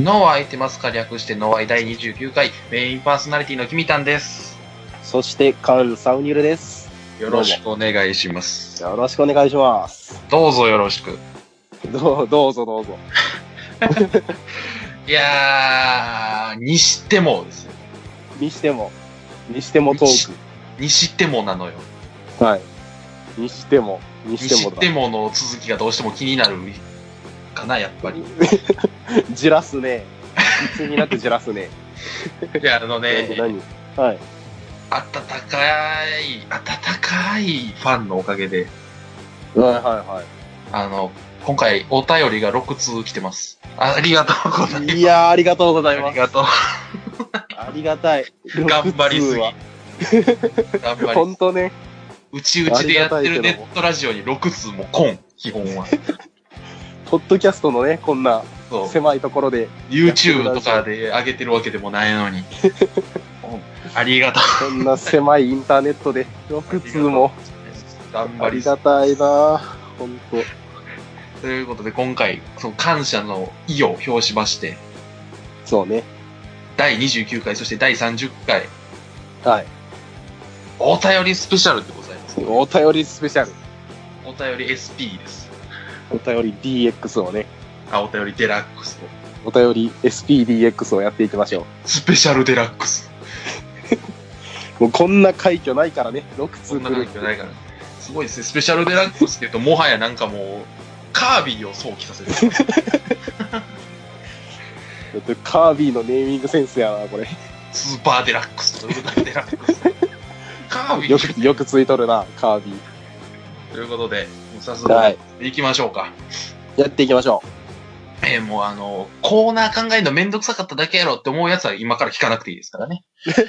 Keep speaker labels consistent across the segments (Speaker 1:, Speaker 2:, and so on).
Speaker 1: 脳は空いてますか略して脳愛第29回メインパーソナリティのキミタンです。
Speaker 2: そして、カン・サウニルです。
Speaker 1: よろしくお願いします。
Speaker 2: よろしくお願い します。
Speaker 1: どうぞよろしく。
Speaker 2: どうどうぞどうぞ。
Speaker 1: いやー、にしてもですよ。
Speaker 2: にしても、にしてもトー
Speaker 1: にしてもなのよ。
Speaker 2: ク。はい。にしても、に
Speaker 1: に
Speaker 2: して
Speaker 1: し
Speaker 2: も
Speaker 1: てもの続きがどうしても気になるかな、やっぱり。
Speaker 2: だ。 じらすね。いつになくじら すね。
Speaker 1: いや、あのね、
Speaker 2: 何何はい。
Speaker 1: 温かい、温かいファンのおかげで、
Speaker 2: はいは
Speaker 1: あの、今回お便りが6通来てます。あありがとうございま
Speaker 2: いはい。
Speaker 1: す。
Speaker 2: いやー、ありがとうござ
Speaker 1: あ
Speaker 2: いま
Speaker 1: り
Speaker 2: す。
Speaker 1: がとう。
Speaker 2: ありがたい。
Speaker 1: 頑張りすぎ
Speaker 2: 六。
Speaker 1: 頑
Speaker 2: 通は。
Speaker 1: 張り
Speaker 2: ほんとね。
Speaker 1: うちうちでやってるネットラジオに6通も来ん、基本 は。
Speaker 2: ポッドキャストのね、こんな
Speaker 1: そう。
Speaker 2: 狭いところで、
Speaker 1: YouTube とかで上げてるわけでもないの に。うんありがと
Speaker 2: こんな狭いインターネットで、6通も。
Speaker 1: う。頑
Speaker 2: あ
Speaker 1: 張
Speaker 2: り
Speaker 1: りす
Speaker 2: がたいなー。ほんと。
Speaker 1: ということで、今回、その感謝の意を表しまして、
Speaker 2: そうね。
Speaker 1: 第29回、そして第30回、
Speaker 2: はい。
Speaker 1: お便りスペシャルでございます。
Speaker 2: お便りスペシャル。
Speaker 1: お便り SP です。
Speaker 2: お便り DX をね、
Speaker 1: あ、お便りデラックス。
Speaker 2: お便り SPDX をやっていきましょ
Speaker 1: スペシャルデラックス。
Speaker 2: う。もうこんな快挙ないからね、6
Speaker 1: そ
Speaker 2: 通
Speaker 1: んな
Speaker 2: 来る
Speaker 1: 感じじゃないから。すごいですね。スペシャルデラックスって言うと、もはやなんかもう、カービィを想起させる。
Speaker 2: だってカービィのネーミングセンスやな、これ。
Speaker 1: スーパーデラックスということで、デラックス。カービ
Speaker 2: よ
Speaker 1: ィ
Speaker 2: く、よくついとるな、カービ
Speaker 1: ということで、もう早
Speaker 2: ィ。は
Speaker 1: 速
Speaker 2: い。
Speaker 1: 行きましょうか。
Speaker 2: やっていきましょ
Speaker 1: えーもうあの、コーナー考えるのめんどくさかっただけやろって思うやつは今から聞かなくていいですからね。
Speaker 2: う。そう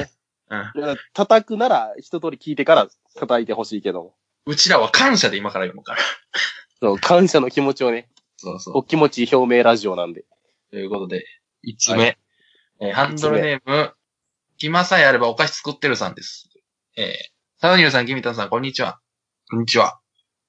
Speaker 2: ね。
Speaker 1: うん。
Speaker 2: だから叩くなら、一通り聞いてから叩いてほしいけども。
Speaker 1: うちらは感謝で今から読むから。
Speaker 2: そう、感謝の気持ちをね、
Speaker 1: そうそう。
Speaker 2: お気持ち表明ラジオなんで。
Speaker 1: ということで、5つ目。
Speaker 2: は
Speaker 1: えーハンドルネーム、暇さえあればお菓子作ってるさんです。えー、サウニルさん、キミタンさん、こんにちは。こんにちは。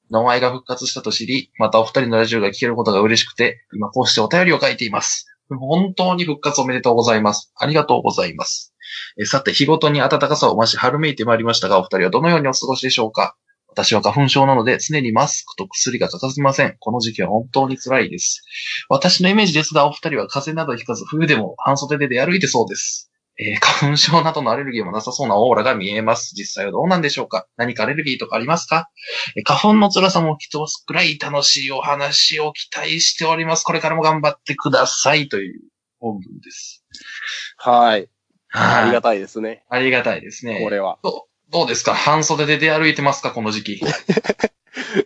Speaker 1: 名前が復活したと知り、またお二人のラジオが聞けることが嬉しくて、今こうしてお便りを書いています。本当に復活おめでとうございます。ありがとうございます。えーさて、日ごとに暖かさを増し、春めいてまいりましたが、お二人はどのようにお過ごしでしょうか私は花粉症なので、常にマスクと薬が欠かせません。この時期は本当に辛いです。私のイメージですが、お二人は風邪などひかず、冬でも半袖で出歩いてそうです。えー花粉症などのアレルギーもなさそうなオーラが見えます。実際はどうなんでしょうか何かアレルギーとかありますか、えー花粉の辛さもきっとくらい楽しいお話を期待しております。これからも頑張ってくださいという本文です。
Speaker 2: はい。ありが
Speaker 1: た
Speaker 2: たいですね、
Speaker 1: ありがたいですね。
Speaker 2: これは。
Speaker 1: どうどうですか半袖で出歩いてますかこの時期。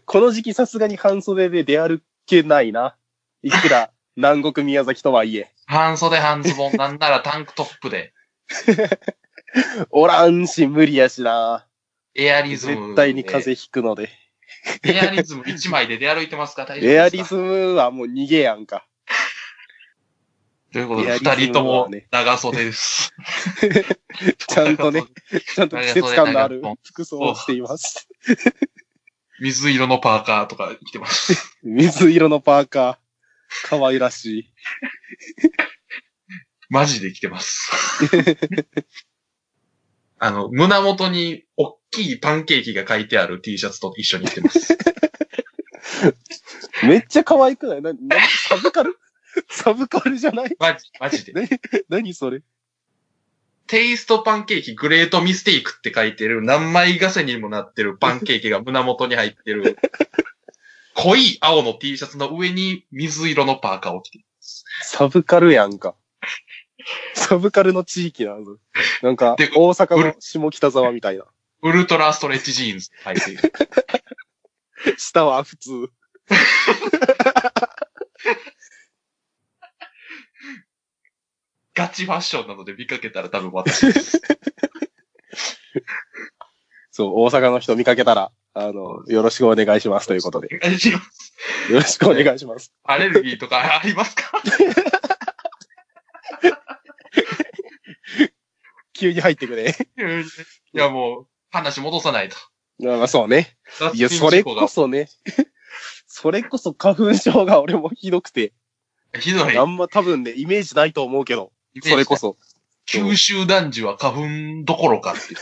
Speaker 2: この時期さすがに半袖で出歩けないな。いくら、南国宮崎とはいえ。
Speaker 1: 半袖半ズボン、なんならタンクトップで、
Speaker 2: おらんし、無理やしな。
Speaker 1: エアリズムで。
Speaker 2: 絶対に風邪ひくので。
Speaker 1: エアリズム1枚で出歩いてますか大丈夫ですか
Speaker 2: エアリズムはもう逃げやんか。
Speaker 1: ということで、
Speaker 2: エアリズム
Speaker 1: 二人と
Speaker 2: は
Speaker 1: も
Speaker 2: ね
Speaker 1: 長袖 です。
Speaker 2: ちゃんとね、ちゃんと季節感のある服装をしています。
Speaker 1: 水色のパーカーとか着てます。
Speaker 2: 水色のパーカー。可愛らしい。
Speaker 1: マジで着て ます。あの、胸元に大きいパンケーキが書いてある T シャツと一緒に着て ます。
Speaker 2: めっちゃ可愛くないな、な、サブカル サブカルじゃない
Speaker 1: マジ、マジで。
Speaker 2: 何それ
Speaker 1: テイストパンケーキグレートミステイクって書いてる何枚重ねにもなってるパンケーキが胸元に入って る濃い青の T シャツの上に水色のパーカーを着てる。
Speaker 2: サブカルやんか。サブカルの地域なんぞ。なんか
Speaker 1: で、
Speaker 2: 大阪の下北沢みたいな。
Speaker 1: ウルトラストレッチジーンズって書いてる。
Speaker 2: 下は普通。
Speaker 1: ガチファッションなので見かけたら多分私です。
Speaker 2: そう、大阪の人見かけたら、あの、よろしくお願いします というこ とで。
Speaker 1: お願いします
Speaker 2: よろしくお願いします。
Speaker 1: アレルギーと かありますか
Speaker 2: 急に入ってくれ。
Speaker 1: いやもう、話戻さないと。
Speaker 2: まあまあそうね。いや、それこそね。それこそ花粉症が俺もひどくて。
Speaker 1: ひどい
Speaker 2: あ。んま多分ね、イメージないと思うけど、それこそ。
Speaker 1: 九州男児は花粉どころかってい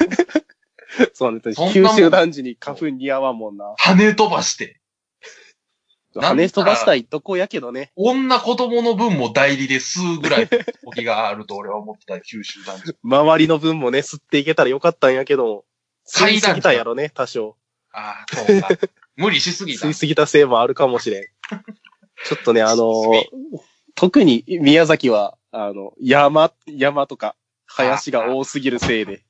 Speaker 1: う。
Speaker 2: そうね、確か
Speaker 1: そ
Speaker 2: に
Speaker 1: んなもん
Speaker 2: 九州男児に花粉似合わんもんな。
Speaker 1: 跳ね飛ばして。なんなら
Speaker 2: 跳ね飛ばしたいとこやけどね。
Speaker 1: 女子供の分も代理で吸うぐらい、時があると俺は思ってた九州男児。
Speaker 2: 周りの分もね、吸っていけたらよかったんやけど、吸いすぎたんやろね、多少。
Speaker 1: ああ、そう か。無理しすぎた
Speaker 2: 吸い。すぎたせいもあるかもしれん。ちょっとね、あのー特に宮崎は、あの、山、山とか、林が多すぎるせいで、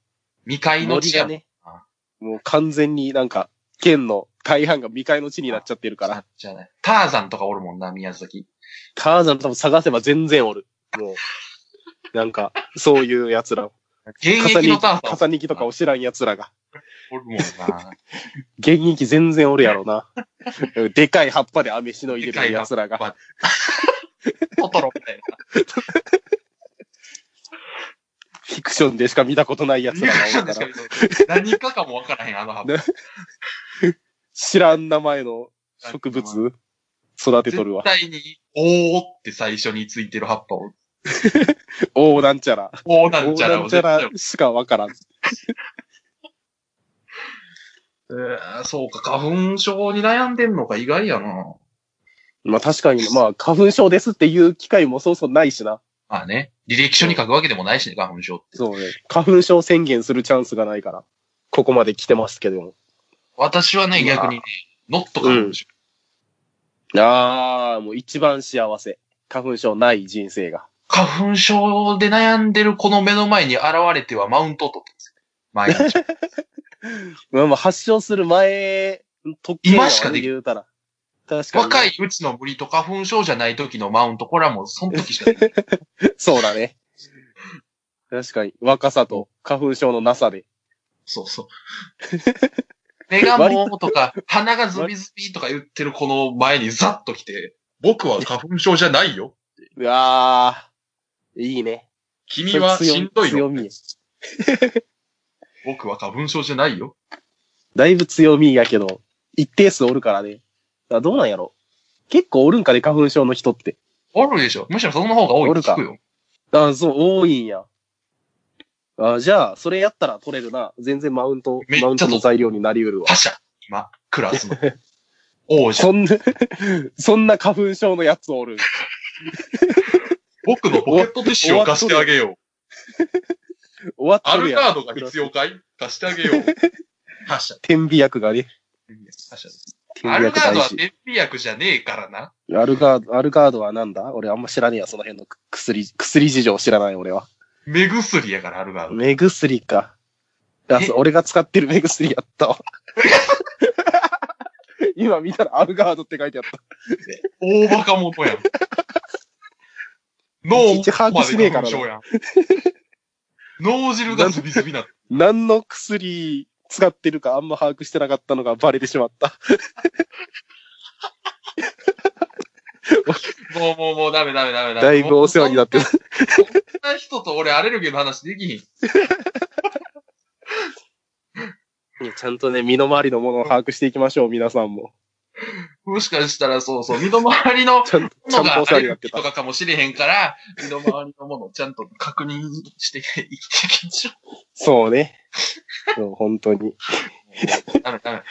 Speaker 1: 未開の
Speaker 2: 森
Speaker 1: 地
Speaker 2: が
Speaker 1: や
Speaker 2: ね
Speaker 1: あ、
Speaker 2: もう完全になんか、県の大半が未開の地になっちゃってるから、
Speaker 1: じゃない。ターザンとかおるもんな、宮崎。
Speaker 2: ターザン多分探せば全然おる。もう、なんか、そういう奴ら。
Speaker 1: 現
Speaker 2: 重
Speaker 1: 役
Speaker 2: ね
Speaker 1: のターザン
Speaker 2: 重ね着とかを知らん奴らが。
Speaker 1: おるもんな。
Speaker 2: 現役全然おるやろな。 でかい葉っぱで雨しのいでる奴らが。
Speaker 1: トトロみたい
Speaker 2: フィクションでしか見たことない奴らが おるから。
Speaker 1: な。何かかもわからへん、あの葉っぱ。
Speaker 2: 知らん名前の植物育てとるわ
Speaker 1: 絶。対に、おーって最初についてる葉っぱを、
Speaker 2: おーなんちゃら。
Speaker 1: おー
Speaker 2: お
Speaker 1: なん
Speaker 2: ー
Speaker 1: ちゃら
Speaker 2: な
Speaker 1: を
Speaker 2: んちゃ
Speaker 1: 絶対
Speaker 2: らしかわからん。
Speaker 1: えーそうか、花粉症に悩んでんのか意外やな。
Speaker 2: まあ確かに、まあ花粉症ですっていう機会もそうそうないしな。
Speaker 1: まあね、履歴書に書くわけでもないしね、花粉症って。
Speaker 2: そうね。花粉症宣言するチャンスがないから。ここまで来てますけども。
Speaker 1: 私はね、
Speaker 2: うわ
Speaker 1: 逆にね、ノット花粉症。
Speaker 2: あー、もう一番幸せ。花粉症ない人生が。
Speaker 1: 花粉症で悩んでるこの目の前に現れてはマウントを取ってます。毎日。
Speaker 2: まあまあ発症する前、特権やわ
Speaker 1: 今しかでき
Speaker 2: 言うたら。確かに。
Speaker 1: 若。いうちの無理と花粉症じゃない時のマウント、これはもうその時しかない。
Speaker 2: そうだね。確かに。若さと花粉症のなさで。
Speaker 1: そうそう。目がもうとか、鼻がズビズビとか言ってるこの前にザッと来て、僕は花粉症じゃないよ。
Speaker 2: うわー、いいね。
Speaker 1: 君はしんどい
Speaker 2: 強
Speaker 1: よ。
Speaker 2: みや。
Speaker 1: 僕は花粉症じゃないよ。
Speaker 2: だいぶ強みやけど、一定数おるからね。あどうなんやろ結構おるんかね、花粉症の人って。
Speaker 1: おるでしょ。むしろその方が多い
Speaker 2: おるか
Speaker 1: 聞くよ。
Speaker 2: あそう、多いんや。あじゃあ、それやったら取れるな。全然マウント
Speaker 1: めっ、ちゃ
Speaker 2: マウントの材料になりうるわ
Speaker 1: 他。者、今、クラスの。王者。
Speaker 2: そんな、 そんな花粉症のやつおる。
Speaker 1: 僕のポケットティッシュを貸してあげよう。
Speaker 2: 終わっ
Speaker 1: ア
Speaker 2: とる
Speaker 1: ル
Speaker 2: やん。
Speaker 1: カードが必要かい貸してあげよう。他者。
Speaker 2: 天秤薬がね。
Speaker 1: 他者です。
Speaker 2: 天
Speaker 1: ア
Speaker 2: 秤
Speaker 1: ル
Speaker 2: 薬
Speaker 1: カード
Speaker 2: 大
Speaker 1: は
Speaker 2: 事。
Speaker 1: 天秤薬じゃねえからな。
Speaker 2: アルガード、アルガードはなんだ俺あんま知らねえや、その辺のく薬、薬事情知らない俺は。
Speaker 1: 目薬やから、アルカード。
Speaker 2: 目薬か。あ、
Speaker 1: え
Speaker 2: そう俺が使ってる目薬やったわ。 今見たらアルガードって書いてあった。
Speaker 1: 大バカ元やん。脳
Speaker 2: いちいち把握しねえからな
Speaker 1: まで花粉症やん。脳汁がズビズビなって。
Speaker 2: 何の薬使ってるかあんま把握してなかったのがバレてしまった。
Speaker 1: もうもうもうダメダメダメダメ。
Speaker 2: だいぶお世話になってる
Speaker 1: る。そんな人と俺アレルギーの話できひん。
Speaker 2: ちゃんとね、身の回りのものを把握していきましょう、皆さんも。
Speaker 1: もしかしたらそうそう、身の回りの
Speaker 2: ちゃ んと、ちゃ
Speaker 1: もの
Speaker 2: んと
Speaker 1: がア
Speaker 2: お世話
Speaker 1: レ
Speaker 2: になっ
Speaker 1: ル
Speaker 2: て
Speaker 1: ギー
Speaker 2: た
Speaker 1: と。かかもしれへんから、身の回りのものをちゃんと確認して生きていきましょう。
Speaker 2: そうね。そう本当に。
Speaker 1: ダメダメ。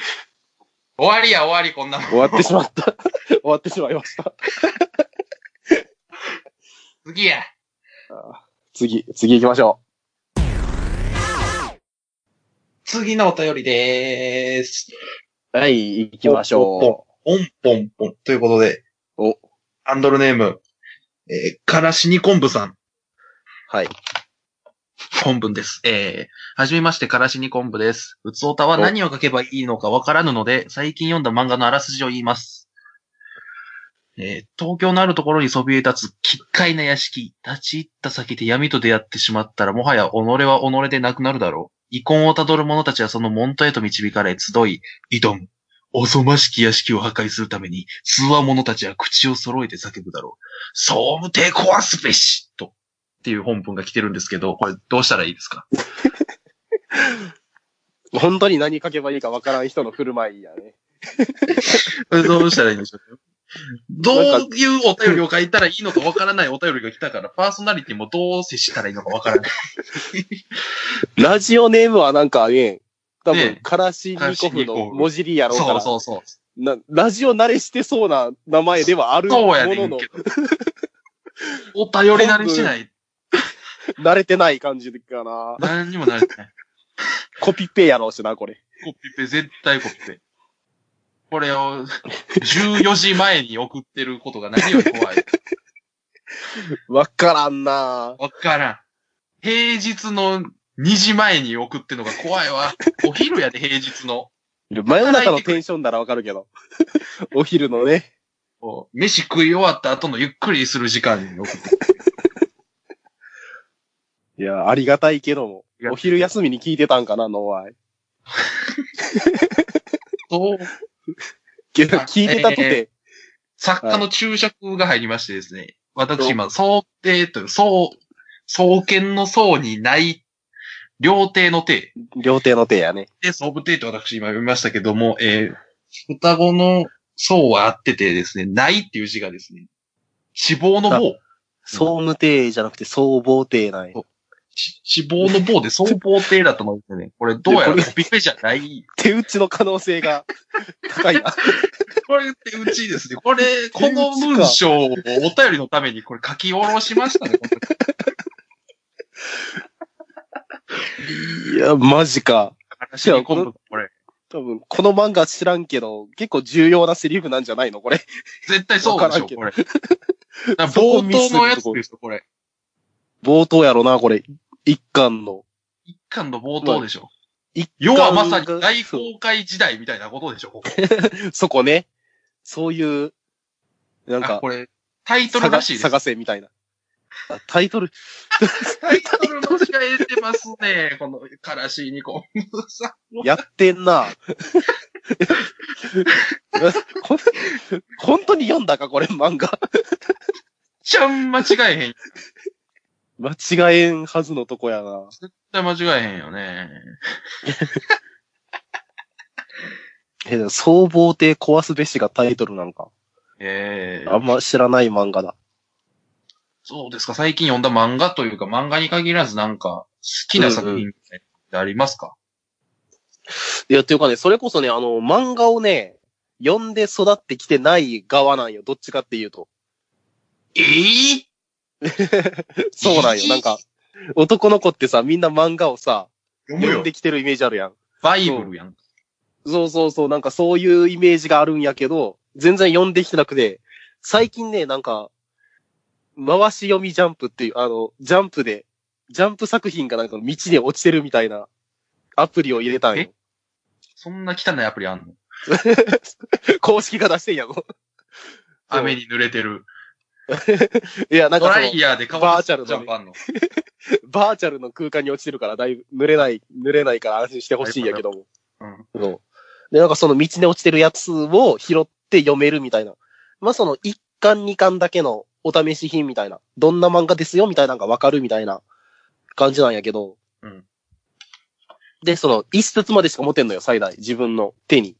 Speaker 1: 終わりや終わり、こんなもん。
Speaker 2: 終わってしまった。終わってしまいました。
Speaker 1: 次や。
Speaker 2: 次、次行きましょ
Speaker 1: 次のお便りでーす。
Speaker 2: う。はい、行きましょ
Speaker 1: ポンポンポン。ということで。
Speaker 2: お。
Speaker 1: ハンドルネーム、えー、からしに昆布さん。
Speaker 2: う。はい。
Speaker 1: 本文です。えー、はじめまして、からしに昆布です。うつおたは何を書けばいいのかわからぬので、最近読んだ漫画のあらすじを言います。えー、東京のあるところにそびえ立つ、奇怪な屋敷。立ち入った先で闇と出会ってしまったら、もはや己は己でなくなるだろう。遺恨を辿る者たちはその門徒へと導かれ、集い、挑む。おぞましき屋敷を破壊するために、通話者たちは口を揃えて叫ぶだろう。総務抵抗はすべしと。っていう本文が来てるんですけど、これどうしたらいいですか
Speaker 2: 本当に何書けばいいかわからん人の振る舞いやね。
Speaker 1: どうしたらいいんでしょう どういうお便りを書いたらいいのかわからないお便りが来たから、パーソナリティもどう接したらいいのかわからない。
Speaker 2: ラジオネームはなんかあげん。多
Speaker 1: ね
Speaker 2: 分、カラシニコフの文字りやろうか
Speaker 1: そう
Speaker 2: ら。
Speaker 1: そうそう。
Speaker 2: なラジオ慣れしてそうな名前ではある
Speaker 1: そ
Speaker 2: も
Speaker 1: うやね
Speaker 2: の
Speaker 1: ん
Speaker 2: の
Speaker 1: け、ど。お便り慣れしない。
Speaker 2: 慣れてない感じかな。
Speaker 1: 何にも慣れてない。
Speaker 2: コピペやろうしな、これ。
Speaker 1: コピペ、絶対コピペ。これを、14時前に送ってることが何より怖い。
Speaker 2: わからんな
Speaker 1: わからん。平日の2時前に送ってるのが怖いわ。お昼やで、平日の。
Speaker 2: 真夜中のテンションならわかるけど。 お昼のね。
Speaker 1: こう飯食い終わった後のゆっくりする時間に送ってくる。
Speaker 2: いや、ありがたいけども。お昼休みに聞いてたんかな、ノアイ。
Speaker 1: そう
Speaker 2: けど、
Speaker 1: あ
Speaker 2: 聞いてたとて、
Speaker 1: 作家の注釈が入りましてですね、私今、想定という、想、創建の層にない、料亭の亭
Speaker 2: 料亭の手やね。
Speaker 1: で、総武亭と私今読みましたけども、えー、双子の層は合っててですね、ないっていう字がですね、死亡の棒、
Speaker 2: 総務亭じゃなくて総合亭なんや
Speaker 1: そうし死亡の棒で総棒亭だと思うんですよね。これどうやらコピペじゃない。
Speaker 2: 手打ちの可能性 が高いな。
Speaker 1: これってうちですね。これ、この文章をお便りのためにこれ書き下ろしましたね。
Speaker 2: いや、マジか。
Speaker 1: 私は今度、これ。
Speaker 2: 多分、この漫画知らんけど、結構重要なセリフなんじゃないのこれ。
Speaker 1: 絶対そうでしょ、これ。だから冒頭のやつですよ、これ。
Speaker 2: 冒頭やろな、これ。一巻の。
Speaker 1: 一巻の冒頭でしょ。
Speaker 2: 一
Speaker 1: 要はまさに
Speaker 2: 巻が
Speaker 1: 大公開時代みたいなことでしょ、ここ。
Speaker 2: そこね。そういう、なん
Speaker 1: あ
Speaker 2: か、
Speaker 1: これ、タイトルらしいです。
Speaker 2: 探せみたいな。あタイトル、
Speaker 1: タイトル間違えてますね、この、からしいにこう。さ
Speaker 2: やってん な。ほん本当に読んだか、これ漫画。
Speaker 1: ちゃん間違えへん。絶
Speaker 2: 間違えんはずのとこやな。
Speaker 1: 対間違えへんよね。
Speaker 2: え、でも総合亭壊すべしがタイトルなんか。
Speaker 1: ええ
Speaker 2: あんま知らない漫画だ。
Speaker 1: そうですか、最近読んだ漫画というか、漫画に限らずなんか、好きな作品みたいなのってありますか、
Speaker 2: いや、というかね、それこそね、あの、漫画をね、読んで育ってきてない側なんよ。どっちかっていうと。
Speaker 1: ええ
Speaker 2: そうなんよ。なんか、男の子ってさ、みんな漫画をさ、
Speaker 1: 読む
Speaker 2: 読
Speaker 1: よ
Speaker 2: んで。きてるイメージあるやん。
Speaker 1: バイブルやん。
Speaker 2: そうそうそう、なんかそういうイメージがあるんやけど、全然読んできてなくて、最近ね、なんか、回し読みジャンプっていう、あの、ジャンプで、ジャンプ作品がなんか道で落ちてるみたいなアプリを入れたんよ。
Speaker 1: そんな汚いアプリあんの
Speaker 2: 公式が出してんやろ。 そう
Speaker 1: 雨に濡れてる。
Speaker 2: いや、なん
Speaker 1: ド
Speaker 2: かそ
Speaker 1: ラ
Speaker 2: の
Speaker 1: イ、ヤーで乾
Speaker 2: バ
Speaker 1: か
Speaker 2: ーチャル
Speaker 1: す
Speaker 2: の
Speaker 1: ジャンプあんの。
Speaker 2: バーチャルの空間に落ちてるから、だいぶ濡れない、濡れないから安心してほしいんやけども。
Speaker 1: うん。
Speaker 2: そう。で、なんかその道で落ちてるやつを拾って読めるみたいな。まあその一巻二巻だけのお試し品みたいな。どんな漫画ですよみたいなのがわかるみたいな感じなんやけど。
Speaker 1: うん。
Speaker 2: で、その一節までしか持てんのよ、最大。自分の手に。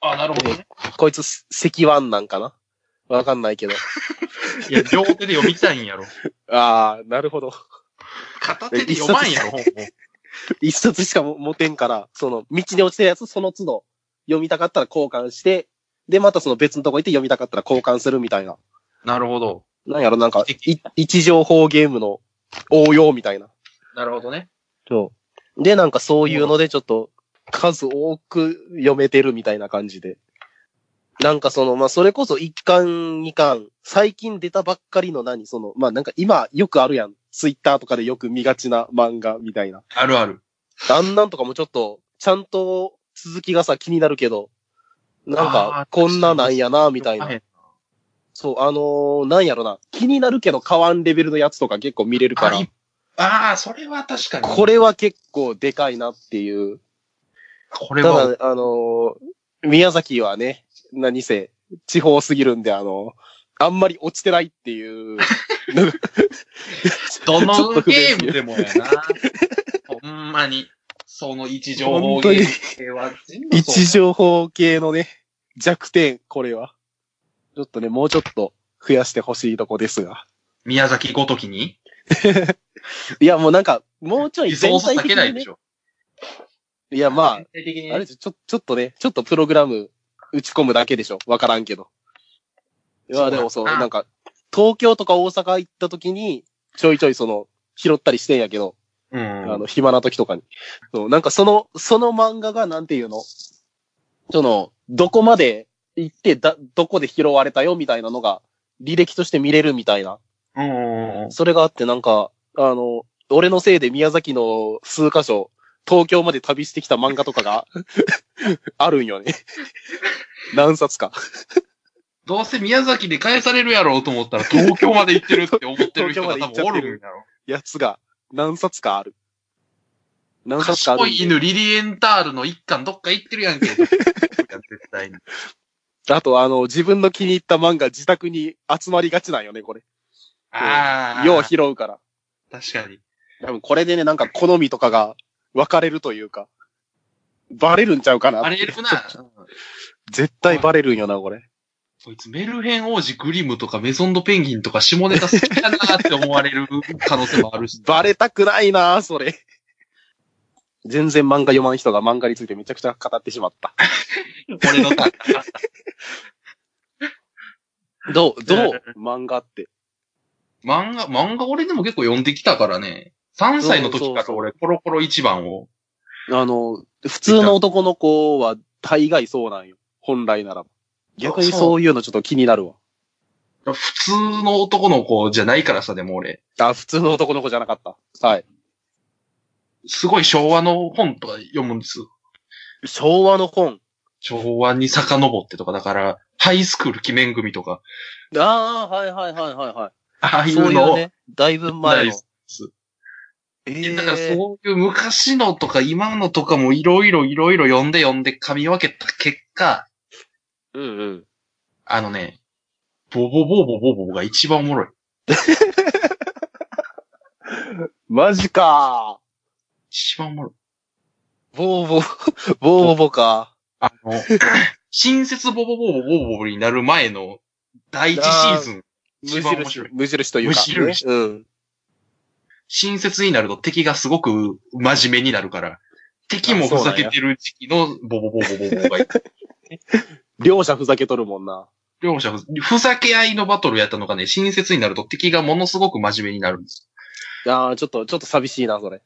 Speaker 1: あ、なるほどね。
Speaker 2: こいつ、石腕なんかなわかんないけど。
Speaker 1: いや、両手で読みたいんやろ。
Speaker 2: ああ、なるほど。
Speaker 1: 片手で読まんやろ、本を。
Speaker 2: 一冊しかも持てんから、その、道に落ちてるやつ、その都度、読みたかったら交換して、で、またその別のとこ行って読みたかったら交換するみたいな。
Speaker 1: なるほど。
Speaker 2: なんやろ、なんか、い一情報ゲームの応用みたいな。
Speaker 1: なるほどね。
Speaker 2: そう。で、なんかそういうので、ちょっと、数多く読めてるみたいな感じで。なんかその、まあ、それこそ1巻、2巻、最近出たばっかりの何、その、まあ、なんか今よくあるやん。ツイッターとかでよく見がちな漫画みたいな。
Speaker 1: あるある。
Speaker 2: あんなんとかもちょっと、ちゃんと続きがさ、気になるけど、なん
Speaker 1: あー
Speaker 2: か、こんななんやな、みたいな。
Speaker 1: 読
Speaker 2: そう、あのーなんやろな。気になるけど買わんレベルのやつとか結構見れる
Speaker 1: ま
Speaker 2: か
Speaker 1: へん
Speaker 2: ら
Speaker 1: な。ああー、それは確かに。
Speaker 2: これは結構でかいなっていう。
Speaker 1: これ
Speaker 2: た
Speaker 1: は、
Speaker 2: だ、あのー宮崎はね、何せ、地方すぎるんで、あのーあんまり落ちてないっ ていう。
Speaker 1: ど
Speaker 2: ちょっ
Speaker 1: の
Speaker 2: と不
Speaker 1: ゲ
Speaker 2: 便
Speaker 1: ームでもやな。ほんまに。その一情報
Speaker 2: 本
Speaker 1: ゲ
Speaker 2: 当に
Speaker 1: ーム系は全部そう
Speaker 2: 一情報系のね、弱点、これは。ちょっとね、もうちょっと増やしてほしいとこですが。
Speaker 1: 宮崎ごときに
Speaker 2: いや、もうなんか、もうちょい
Speaker 1: リソース避
Speaker 2: 的
Speaker 1: け
Speaker 2: に
Speaker 1: ない
Speaker 2: ね
Speaker 1: でしょ。
Speaker 2: いや、ま
Speaker 1: 全体的に
Speaker 2: あ、
Speaker 1: ね
Speaker 2: あれですちょ、ちょっとね、ちょっとプログラム打ち込むだけでしょ。わからんけど。いや、でも
Speaker 1: そ
Speaker 2: そう、
Speaker 1: うだな
Speaker 2: なんか、東京とか大阪行った時に、ちょいちょいその、拾ったりしてんやけど、
Speaker 1: う
Speaker 2: あ
Speaker 1: ん。
Speaker 2: の、暇な時とかに。そう、なんかその、その漫画がなんていうのその、どこまで行って、だ、どこで拾われたよみたいなのが、履歴として見れるみたいな。
Speaker 1: うんうんうん。
Speaker 2: それがあってなんか、あの、俺のせいで宮崎の数箇所、東京まで旅してきた漫画とかが、 あるんよね。 何冊か。
Speaker 1: どうせ宮崎で返されるやろうと思ったら、東京まで行ってるって思ってる人が多分おるんやろ。
Speaker 2: やつが、何冊かある。何冊かあるん
Speaker 1: 賢
Speaker 2: で
Speaker 1: い犬リリエンタールの一巻どっか行ってるやん け。いや絶対に。
Speaker 2: あと、あの、自分の気に入った漫画自宅に集まりがちなんよね、これ。
Speaker 1: ああ。
Speaker 2: よう拾うから。
Speaker 1: 確かに。
Speaker 2: 多分これでね、なんか好みとかが分かれるというか、バレるんちゃうかな。
Speaker 1: あれいるな。
Speaker 2: 絶対バレるんよな、これ。。
Speaker 1: こいつメルヘン王子グリムとかメゾンドペンギンとか下ネタ好きだなーって思われる可能性もあるし
Speaker 2: バレたくないな、それ。全然漫画読まん人が漫画についてめちゃくちゃ語ってしまった。
Speaker 1: 俺のターン
Speaker 2: どう、どう 漫画って。
Speaker 1: 漫画、漫画俺でも結構読んできたからね。3歳の時から俺コロコロ一番を。
Speaker 2: あの、普通の男の子は大概そうなんよ。本来ならば。逆にそういうのちょっと気になるわ。
Speaker 1: 普通の男の子じゃないからさ、でも俺。
Speaker 2: あ、普通の男の子じゃなかった。はい。
Speaker 1: すごい昭和の本とか読むんです。
Speaker 2: 昭和の本。
Speaker 1: 昭和に遡ってとか、だから、ハイスクール記念組とか、
Speaker 2: ああ、はいはいはいはいは
Speaker 1: ああ
Speaker 2: い。
Speaker 1: い
Speaker 2: そう
Speaker 1: う
Speaker 2: い
Speaker 1: の
Speaker 2: う
Speaker 1: を。
Speaker 2: ね、だいぶ前の。え
Speaker 1: い
Speaker 2: ー
Speaker 1: やだからそういう昔のとか今のとかもいろいろいろいろ読んで読んで噛み分けた結果、
Speaker 2: うんうん。
Speaker 1: あのね、ボボボボボボボが一番おもろい。
Speaker 2: マジか
Speaker 1: 一番おもろい。
Speaker 2: ー。ボーボー、 ボーボーボーか。
Speaker 1: あの、新設ボボボボボボボになる前の第一シーズン、
Speaker 2: 無
Speaker 1: 一番面白
Speaker 2: 印
Speaker 1: い、
Speaker 2: 無印というか。
Speaker 1: 無印
Speaker 2: ねうん。
Speaker 1: 新設になると敵がすごく真面目になるから、敵もふざけてる時期のボボボボボボボがいい。
Speaker 2: 両者ふざけとるもんな。
Speaker 1: 両者ふ、ふざけ合いのバトルやったのがね、親切になると敵がものすごく真面目になるんです。
Speaker 2: ああ、ちょっと、ちょっと寂しいな、それ。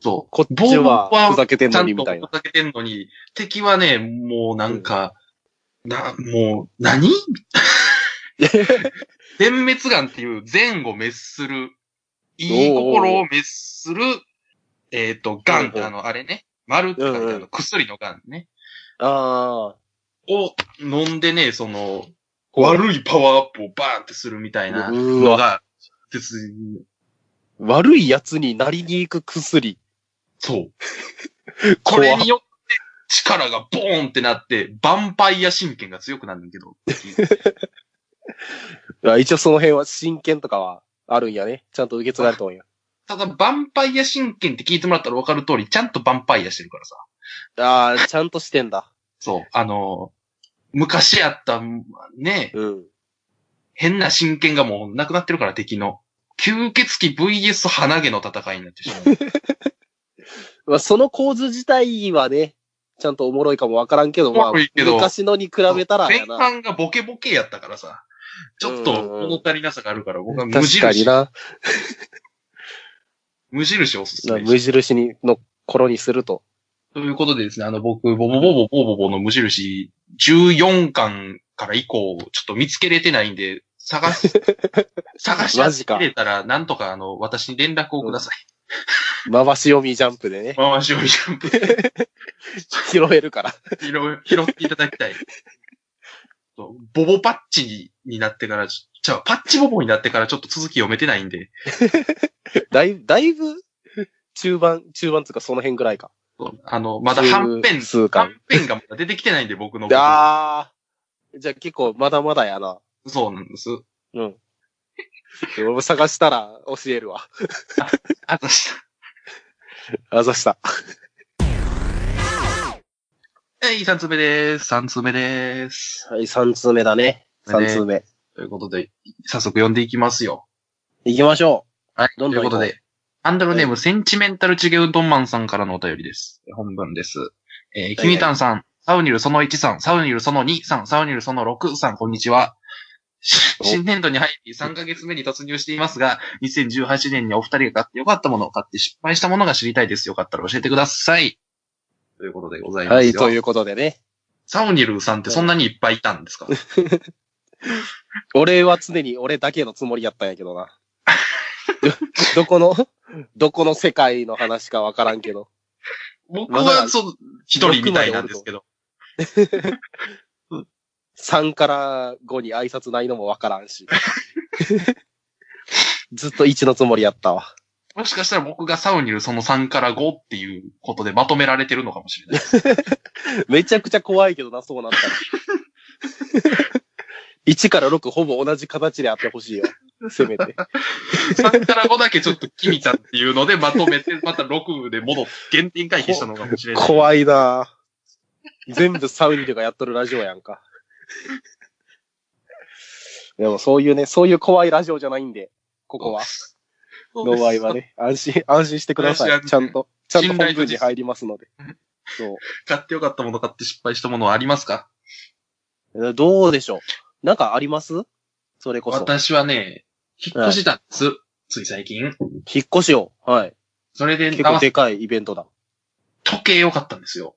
Speaker 1: そう。
Speaker 2: こっちは
Speaker 1: ボーボーは
Speaker 2: ふざけてん
Speaker 1: ちゃ
Speaker 2: の
Speaker 1: ん
Speaker 2: に、
Speaker 1: と
Speaker 2: みたい
Speaker 1: ふ
Speaker 2: な。
Speaker 1: ざけてんのに、敵はね、もうなんか、な、もう、 何全滅眼っていう前後滅する、いい心を滅する、えっ、と、眼
Speaker 2: おうおう
Speaker 1: あの、あれね、丸って書いてある
Speaker 2: うんうん
Speaker 1: 薬の眼ね、
Speaker 2: あ
Speaker 1: を飲んでね、その、悪いパワーアップをバーンってするみたいな
Speaker 2: うー
Speaker 1: のが、別に、
Speaker 2: あ、悪い奴になりに行く薬。
Speaker 1: そう。これによって力がボーンってなって、ヴァンパイア神経が強くなるんだけ ど。
Speaker 2: あ一応その辺は真剣とかはあるんやね。ちゃんと受け継がれとんや。
Speaker 1: ただ、ヴァンパイア神経って聞いてもらったら分かる通り、ちゃんとヴァンパイアしてるからさ。
Speaker 2: ああ、ちゃんとしてんだ。
Speaker 1: そう。あのー昔あった、ね、
Speaker 2: うん。
Speaker 1: 変な神経がもうなくなってるから、敵の。吸血鬼 VS 鼻毛の戦いになってしま う。
Speaker 2: まあ、その構図自体はね、ちゃんとおもろいかもわからんけど、まあ
Speaker 1: おもろいけ、ど
Speaker 2: 昔のに比べたら
Speaker 1: 前
Speaker 2: やな。
Speaker 1: 半がボケボケやったからさ。ちょっ
Speaker 2: うん
Speaker 1: と
Speaker 2: うんうん
Speaker 1: 物足りなさがあるから、僕は無
Speaker 2: 確かに
Speaker 1: 印、
Speaker 2: な。
Speaker 1: 無印おすすめです
Speaker 2: 無印にの頃にすると。
Speaker 1: ということでですね、あの僕、ボボボボボボボの無印、14巻から以降、ちょっと見つけれてないんで、探 し、探し
Speaker 2: マ
Speaker 1: 当
Speaker 2: ジ
Speaker 1: て
Speaker 2: か
Speaker 1: れたら、なんとかあの、私に連絡をください。
Speaker 2: 回し読みジャンプでね、
Speaker 1: 回し読みジャ ンプで
Speaker 2: 拾えるから。
Speaker 1: 拾拾っていただきたい。そうボボパッチにになってから、ちゃう、パッチボボになってからちょっと続き読めてないんで、
Speaker 2: だいぶ、だいぶ、中盤、中盤つうかその辺ぐらいか。
Speaker 1: そうあの、まだ半
Speaker 2: 中
Speaker 1: 編、半
Speaker 2: 数巻。
Speaker 1: 編がまだ出てきてないんで、僕の。
Speaker 2: あー。じゃあ結構まだまだやな。
Speaker 1: そうなんです。
Speaker 2: うん。俺も探したら教えるわ。
Speaker 1: あざした。
Speaker 2: あざした。
Speaker 1: はい、3つ目です。3つ目です。
Speaker 2: はい、3通目だね。 3通目。
Speaker 1: ということで、早速読んでいきますよ。
Speaker 2: 行きましょ
Speaker 1: はい。
Speaker 2: どんどん
Speaker 1: とい
Speaker 2: 行
Speaker 1: う
Speaker 2: こ
Speaker 1: こ
Speaker 2: う
Speaker 1: とで、ハンドルネーム、センチメンタルチゲウドンマンさんからのお便りです。本文です。えー、キミタンさん、サウニルその1さん、サウニルその2さん、サウニルその6さん、こんにちは。し
Speaker 2: お。
Speaker 1: 新年度に入り3ヶ月目に突入していますが、2018年にお二人が買ってよかったもの、買って失敗したものが知りたいです。よかったら教えてください。ということでございうますよ。
Speaker 2: はい、ということでね。
Speaker 1: サウニルさんってそんなにいっぱいいたんです か
Speaker 2: 俺は常に俺だけのつもりやったんやけどな。どどこの、どこの世界の話かわからんけど。
Speaker 1: 僕
Speaker 2: まだ
Speaker 1: は、そう、一人みたいなんですけど。
Speaker 2: 3から5に挨拶ないのもわからんし。 ずっと1のつもりやったわ。
Speaker 1: もしかしたら僕がサウニルその3から5っていうことでまとめられてるのかもし れない。
Speaker 2: めちゃくちゃ怖いけどな、そうなったら。1から6ほぼ同じ形であってほしいよ。せめ
Speaker 1: 3
Speaker 2: て。
Speaker 1: から5だけちょっと君ちゃんっていうのでまとめて、また6で戻って原点回避したのかもしれない。
Speaker 2: 怖いなぁ全部サウニルがやっとるラジオやんか。でもそういうね、そういう怖いラジオじゃないんで、ここは。
Speaker 1: そう
Speaker 2: の
Speaker 1: です
Speaker 2: 場合はね、安心、安心してくださ
Speaker 1: 安心
Speaker 2: い。ちゃんと、ちゃんと
Speaker 1: 信頼と
Speaker 2: 本文
Speaker 1: 実
Speaker 2: に入りますので。そ
Speaker 1: 買ってよかったもの買って失敗したものはありますか
Speaker 2: う。どうでしょうなんかありますそれこそ。
Speaker 1: 私はね、引っ越したんです。つい最近。
Speaker 2: 引っ越しを。はい。
Speaker 1: それで
Speaker 2: 結
Speaker 1: 合
Speaker 2: 構
Speaker 1: わせ
Speaker 2: でかいイベントだ。
Speaker 1: 時計を買ったんですよ。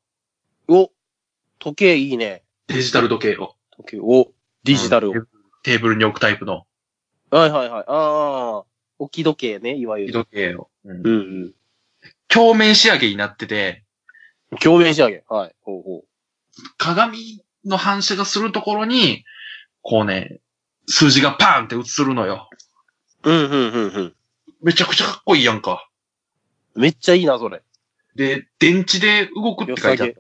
Speaker 2: お時計いいね。
Speaker 1: デジタル時計を。
Speaker 2: 時計、おデジタルを。
Speaker 1: うんテーブルに置くタイプの
Speaker 2: はいはいはい。ああ、置き時計ね、いわゆる。
Speaker 1: 時計を。うん
Speaker 2: うんうん。
Speaker 1: 鏡面仕上げになってて、
Speaker 2: 共鳴仕上げ。はい。ほうほう。
Speaker 1: 鏡の反射がするところに、こうね、数字がパーンって映るのよ。
Speaker 2: うん、うん、うん、うん。
Speaker 1: めちゃくちゃかっこいいやんか。
Speaker 2: めっちゃいいな、それ。
Speaker 1: で、電池で動くって書いて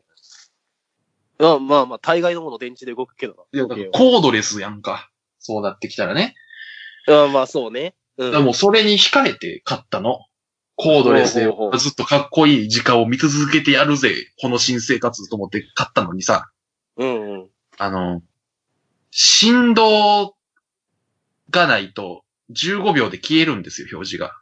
Speaker 1: あっ
Speaker 2: あまあまあ、大概のもの電池で動くけど
Speaker 1: た。
Speaker 2: 時計は
Speaker 1: コードレスやんか。そうなってきたらね。
Speaker 2: な。あまあ、そうね。う
Speaker 1: だから
Speaker 2: ん。
Speaker 1: もうそれに惹かれて買ったの。コードレスで
Speaker 2: ほうほうほう
Speaker 1: ずっとかっこいい時間を見続けてやるぜ。この新生活と思って買ったのにさ、
Speaker 2: うん、うん。
Speaker 1: あの、振動がないと15秒で消えるんですよ、表示が。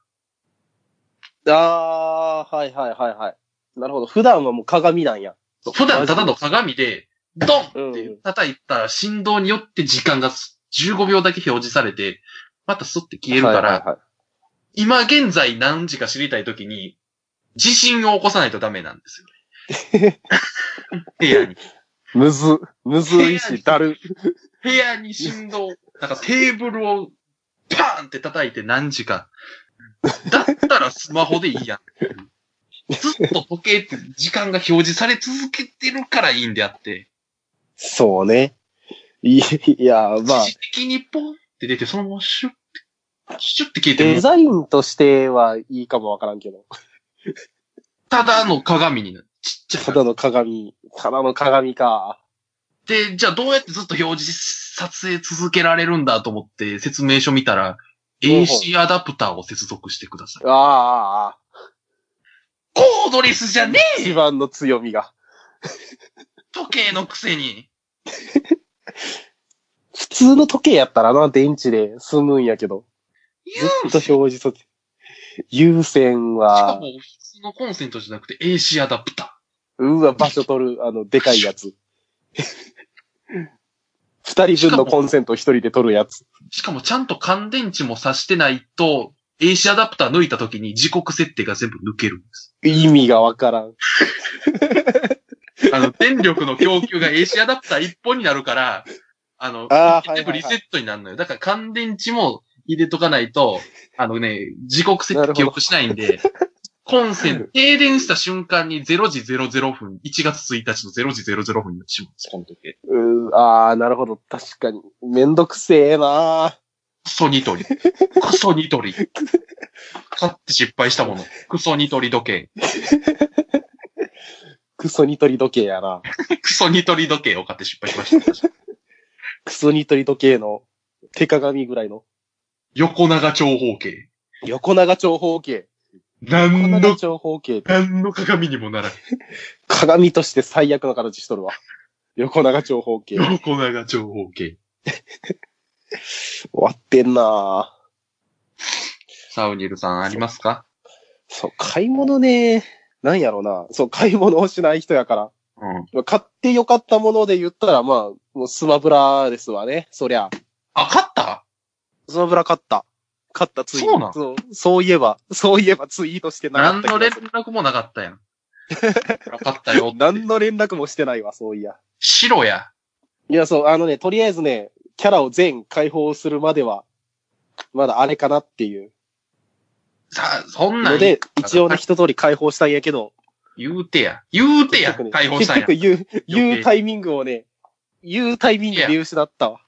Speaker 2: ああ、はいはいはいはい。なるほど。普段はもう鏡なんや。
Speaker 1: そう普段ただの鏡で、ドンっ
Speaker 2: う
Speaker 1: て
Speaker 2: ん
Speaker 1: 叩いた振動によって時間がす15秒だけ表示されて、またスッて消えるから、
Speaker 2: はいはいはい
Speaker 1: 今現在何時か知りたいときに、地震を起こさないとダメなんで すよね。部屋に。
Speaker 2: むず、むずいし、だる。
Speaker 1: 部屋に振動、なんかテーブルをパーンって叩いて何時か。だったらスマホでいい やん。ずっと時計って時間が表示され続けてるからいいんであって。
Speaker 2: そうね。いいや、まあ
Speaker 1: 一、時的にポンって出て、そのままシュッて、シュッて消えて
Speaker 2: デ
Speaker 1: る。
Speaker 2: ザインとしてはいいかもわからんけど。
Speaker 1: ただの鏡になる。ちっちゃ
Speaker 2: た
Speaker 1: くな
Speaker 2: だ
Speaker 1: っ
Speaker 2: の鏡。ただの鏡か。
Speaker 1: て、じゃあどうやってずっと表示、撮影続けられるんだと思って説明書見たら、
Speaker 2: ほうほう
Speaker 1: AC アダプターを接続してください。
Speaker 2: ああああ、
Speaker 1: コードレスじゃね
Speaker 2: 一番の強みが。
Speaker 1: え時計のくせに。
Speaker 2: 普通の時計やったらな、電池で済むんやけど。
Speaker 1: 言
Speaker 2: ず
Speaker 1: うん
Speaker 2: っと表示させ優先
Speaker 1: しか
Speaker 2: は
Speaker 1: も、、普通のコンセントじゃなくて AC アダプタ
Speaker 2: うわ、場所取る、あの、でかいやつ。二人分のコンセント一人で取るやつ。
Speaker 1: ー。しかもちゃんと乾電池も挿してないと、AC アダプター抜いた時に時刻設定が全部抜けるんです。
Speaker 2: 意味がわからん。
Speaker 1: あの、電力の供給が AC アダプター一本になるから、あの、
Speaker 2: あーはいはいはい
Speaker 1: 全部リセットになるのよ。だから乾電池も入れとかないと、あのね、時刻設定記憶しないん で、コンセント、停電した瞬間に0時00分、1月1日の0時00分にしまうんです、この時計。
Speaker 2: うーああ、なるほど。確かに。めんどくせえな
Speaker 1: クソニトリ。クソニトリ。買って失敗したもの。クソニトリ時計。
Speaker 2: クソニトリ時計やな。
Speaker 1: クソニトリ時計を買って失敗しました。
Speaker 2: クソニトリ時計の手鏡ぐらいの
Speaker 1: 横長長方形。
Speaker 2: 横長長方形。横
Speaker 1: 何
Speaker 2: 長
Speaker 1: の、
Speaker 2: 長方形
Speaker 1: 何の鏡にもならない
Speaker 2: 鏡として最悪の形しとるわ。横長長方形。
Speaker 1: 横長長方形。
Speaker 2: 終わってんなぁ
Speaker 1: サウニルさんありますか
Speaker 2: そう、買い物ね、なんやろな。そう、買い物をしない人やから。
Speaker 1: うん。
Speaker 2: まあ買ってよかったもので言ったら、まあ、もうスマブラですわね、そりゃ。
Speaker 1: あ、勝った
Speaker 2: スマブラ買った。買った、ツイート。
Speaker 1: そうなん
Speaker 2: そうそういえば、そういえばツイートしてなか
Speaker 1: 何
Speaker 2: った気
Speaker 1: の
Speaker 2: が
Speaker 1: 連
Speaker 2: する。
Speaker 1: 絡もなかったや ん。勝ったよ。
Speaker 2: 何の連絡もしてないわ、そういや。
Speaker 1: 白や。
Speaker 2: いや、そう、あのね、とりあえずね、キャラを全解放するまでは、まだあれかなっていう。
Speaker 1: さあ、そんな
Speaker 2: の
Speaker 1: ん
Speaker 2: で、一応ね、
Speaker 1: あ
Speaker 2: 一通り解放したんやけど、
Speaker 1: 言うてや。言うてや
Speaker 2: 結局ね。
Speaker 1: 解放したんや
Speaker 2: 結。局言う、
Speaker 1: 余計
Speaker 2: 言うタイミングをね、言うタイミング見失ったわ。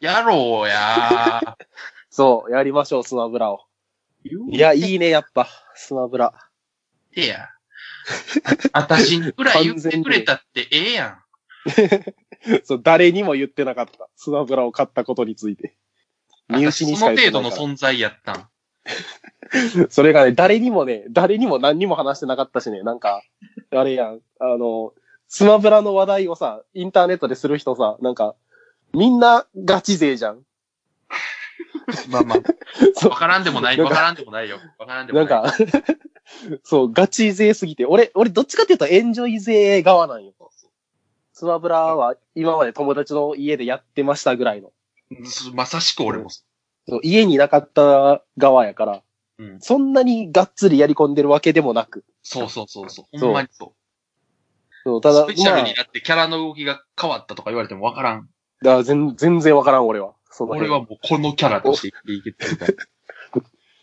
Speaker 1: やろうや。
Speaker 2: そう、やりましょう、スマブラを。
Speaker 1: 言う
Speaker 2: いや、いいね、やっぱ、スマブラ。
Speaker 1: てや。あたしにくらい言ってくれたってええやん。
Speaker 2: そう、誰にも言ってなかった。スマブラを買ったことについて。身内にし
Speaker 1: そ
Speaker 2: か
Speaker 1: の
Speaker 2: 言って
Speaker 1: 程
Speaker 2: な
Speaker 1: 度の
Speaker 2: いから。
Speaker 1: 存在やった ん。
Speaker 2: それがね、誰にもね、誰にも何にも話してなかったしね、なんか、あれやん、あの、スマブラの話題をさ、インターネットでする人さ、なんか、みんなガチ勢じゃん。
Speaker 1: まあまあ。
Speaker 2: そう
Speaker 1: わからんでもない。
Speaker 2: なん
Speaker 1: わ
Speaker 2: か
Speaker 1: からんでもないよ。わからんでも
Speaker 2: な
Speaker 1: なんい。
Speaker 2: か、 そう、ガチ勢すぎて、俺、俺どっちかっていうとエンジョイ勢側なんよ。スマブラは今まで友達の家でやってましたぐらいの。
Speaker 1: すまさしく俺も。
Speaker 2: そう家にいなかった側やから、
Speaker 1: うん。
Speaker 2: そんなにがっつりやり込んでるわけでもなく。
Speaker 1: そうそうそうそう。
Speaker 2: そう
Speaker 1: ほんまにそう。
Speaker 2: そうただ、
Speaker 1: スペシャ
Speaker 2: ま
Speaker 1: ル
Speaker 2: あ
Speaker 1: になってキャラの動きが変わったとか言われてもわからん。
Speaker 2: だから全全然わからん、俺は。その
Speaker 1: 俺
Speaker 2: 辺
Speaker 1: はもうこのキャラとして生きてるから。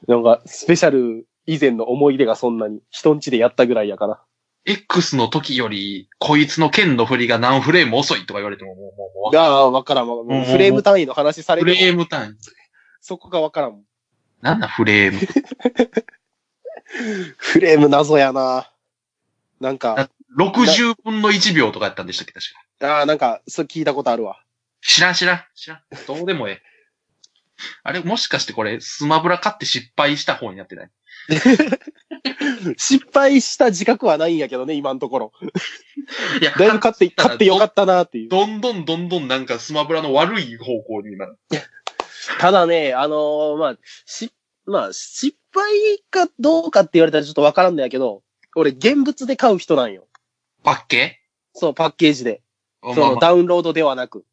Speaker 2: なんか、スペシャル以前の思い出がそんなに、人んちでやったぐらいやから。
Speaker 1: X の時より、こいつの剣の振りが何フレーム遅いとか言われても、もう、もう、もうわか
Speaker 2: ああ、わからん。もう
Speaker 1: うん
Speaker 2: フレーム単位の話さ
Speaker 1: ら
Speaker 2: れ
Speaker 1: ん、フレ
Speaker 2: て
Speaker 1: ー
Speaker 2: も、
Speaker 1: ム単位。
Speaker 2: そこがわからんもん。
Speaker 1: なんだフレーム。
Speaker 2: フレーム謎やな。なん
Speaker 1: だっ
Speaker 2: か、
Speaker 1: 60分の1秒とかやったんでしたっけ、確か。
Speaker 2: ああ、なんか、それ聞いたことあるわ。
Speaker 1: 知らん知らん、知らん。どうでもええ。あれ、もしかしてこれ、スマブラ買って失敗した方になってない
Speaker 2: 失敗した自覚はないんやけどね、今のところ。
Speaker 1: いや、
Speaker 2: だいぶ勝って、
Speaker 1: たら
Speaker 2: 勝ってよかったなっていう。
Speaker 1: どんどんどんどんなんかスマブラの悪い方向に今、
Speaker 2: ただね、あのーまあ、し、まあ、失敗かどうかって言われたらちょっとわからんのやけど、俺、現物で買う人なんよ。
Speaker 1: パッケ
Speaker 2: そう、パッケージで。
Speaker 1: まあ
Speaker 2: そ
Speaker 1: ま
Speaker 2: の、
Speaker 1: あ、
Speaker 2: ダウンロードではなく。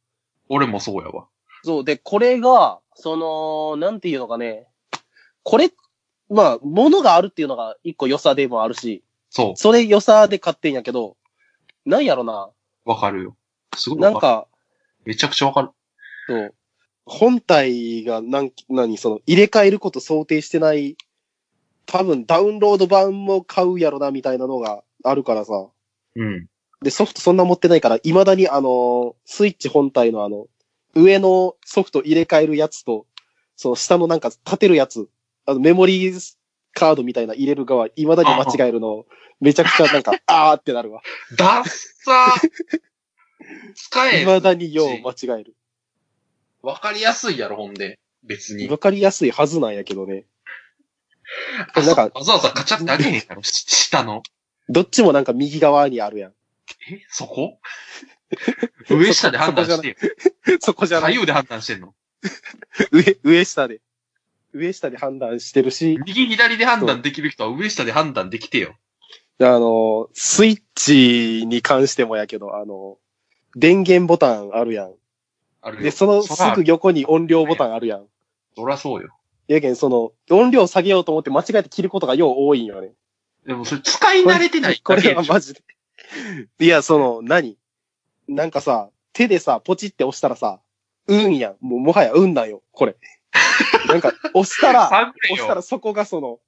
Speaker 1: 俺もそうやわ。
Speaker 2: そう、で、これが、その、なんていうのかね、これ、まあ、物があるっていうのが一個良さでもあるし、
Speaker 1: そ
Speaker 2: それ良さで買ってんやけど、なんやろな、
Speaker 1: う、わかるよ。すごいわ
Speaker 2: な
Speaker 1: かる
Speaker 2: んか、
Speaker 1: めちゃくちゃわかる。
Speaker 2: そう、本体がなん、何、その、入れ替えること想定してない、多分ダウンロード版も買うやろな、みたいなのがあるからさ。
Speaker 1: うん。
Speaker 2: で、ソフトそんな持ってないから、未だにあの、スイッチ本体のあの、上のソフト入れ替えるやつと、その下のなんか立てるやつ、あのメモリーカードみたいな入れる側、未だに間違えるの、めちゃくちゃ なんか、あーってなるわ。
Speaker 1: ダッサー使え
Speaker 2: 未だによう間違える。
Speaker 1: わかりやすいやろ、ほんで。別に。
Speaker 2: わかりやすいはずなんやけどね。
Speaker 1: あ
Speaker 2: なんか
Speaker 1: わざわざカチャってあげへんやろ、し下の。
Speaker 2: どっちもなんか右側にあるやん。
Speaker 1: えそこ上下で判断してよ。
Speaker 2: そこじゃな
Speaker 1: 左
Speaker 2: い。
Speaker 1: 右で判断してんの
Speaker 2: 上、上下で。上下で判断してるし、
Speaker 1: 右左で判断できる人は上下で判断できてよ。
Speaker 2: あの、スイッチに関してもやけど、あの、電源ボタンあるやん。
Speaker 1: あるよ
Speaker 2: で、そのす
Speaker 1: そら
Speaker 2: ぐ横に音量ボタンあるやん。
Speaker 1: そらそうよ。
Speaker 2: やけん、その、音量下げようと思って間違えて切ることがよう多いんよね。
Speaker 1: でもそれ使い慣れてない
Speaker 2: こ
Speaker 1: だ
Speaker 2: れ
Speaker 1: け
Speaker 2: は
Speaker 1: でしょ
Speaker 2: マジで。いや、その、何なんかさ、手でさ、ポチって押したらさ、うんやん。もう、もはやうんなんよ、これ。なんか、押し たら、
Speaker 1: 探れ
Speaker 2: 押したら
Speaker 1: よ。
Speaker 2: そこがその、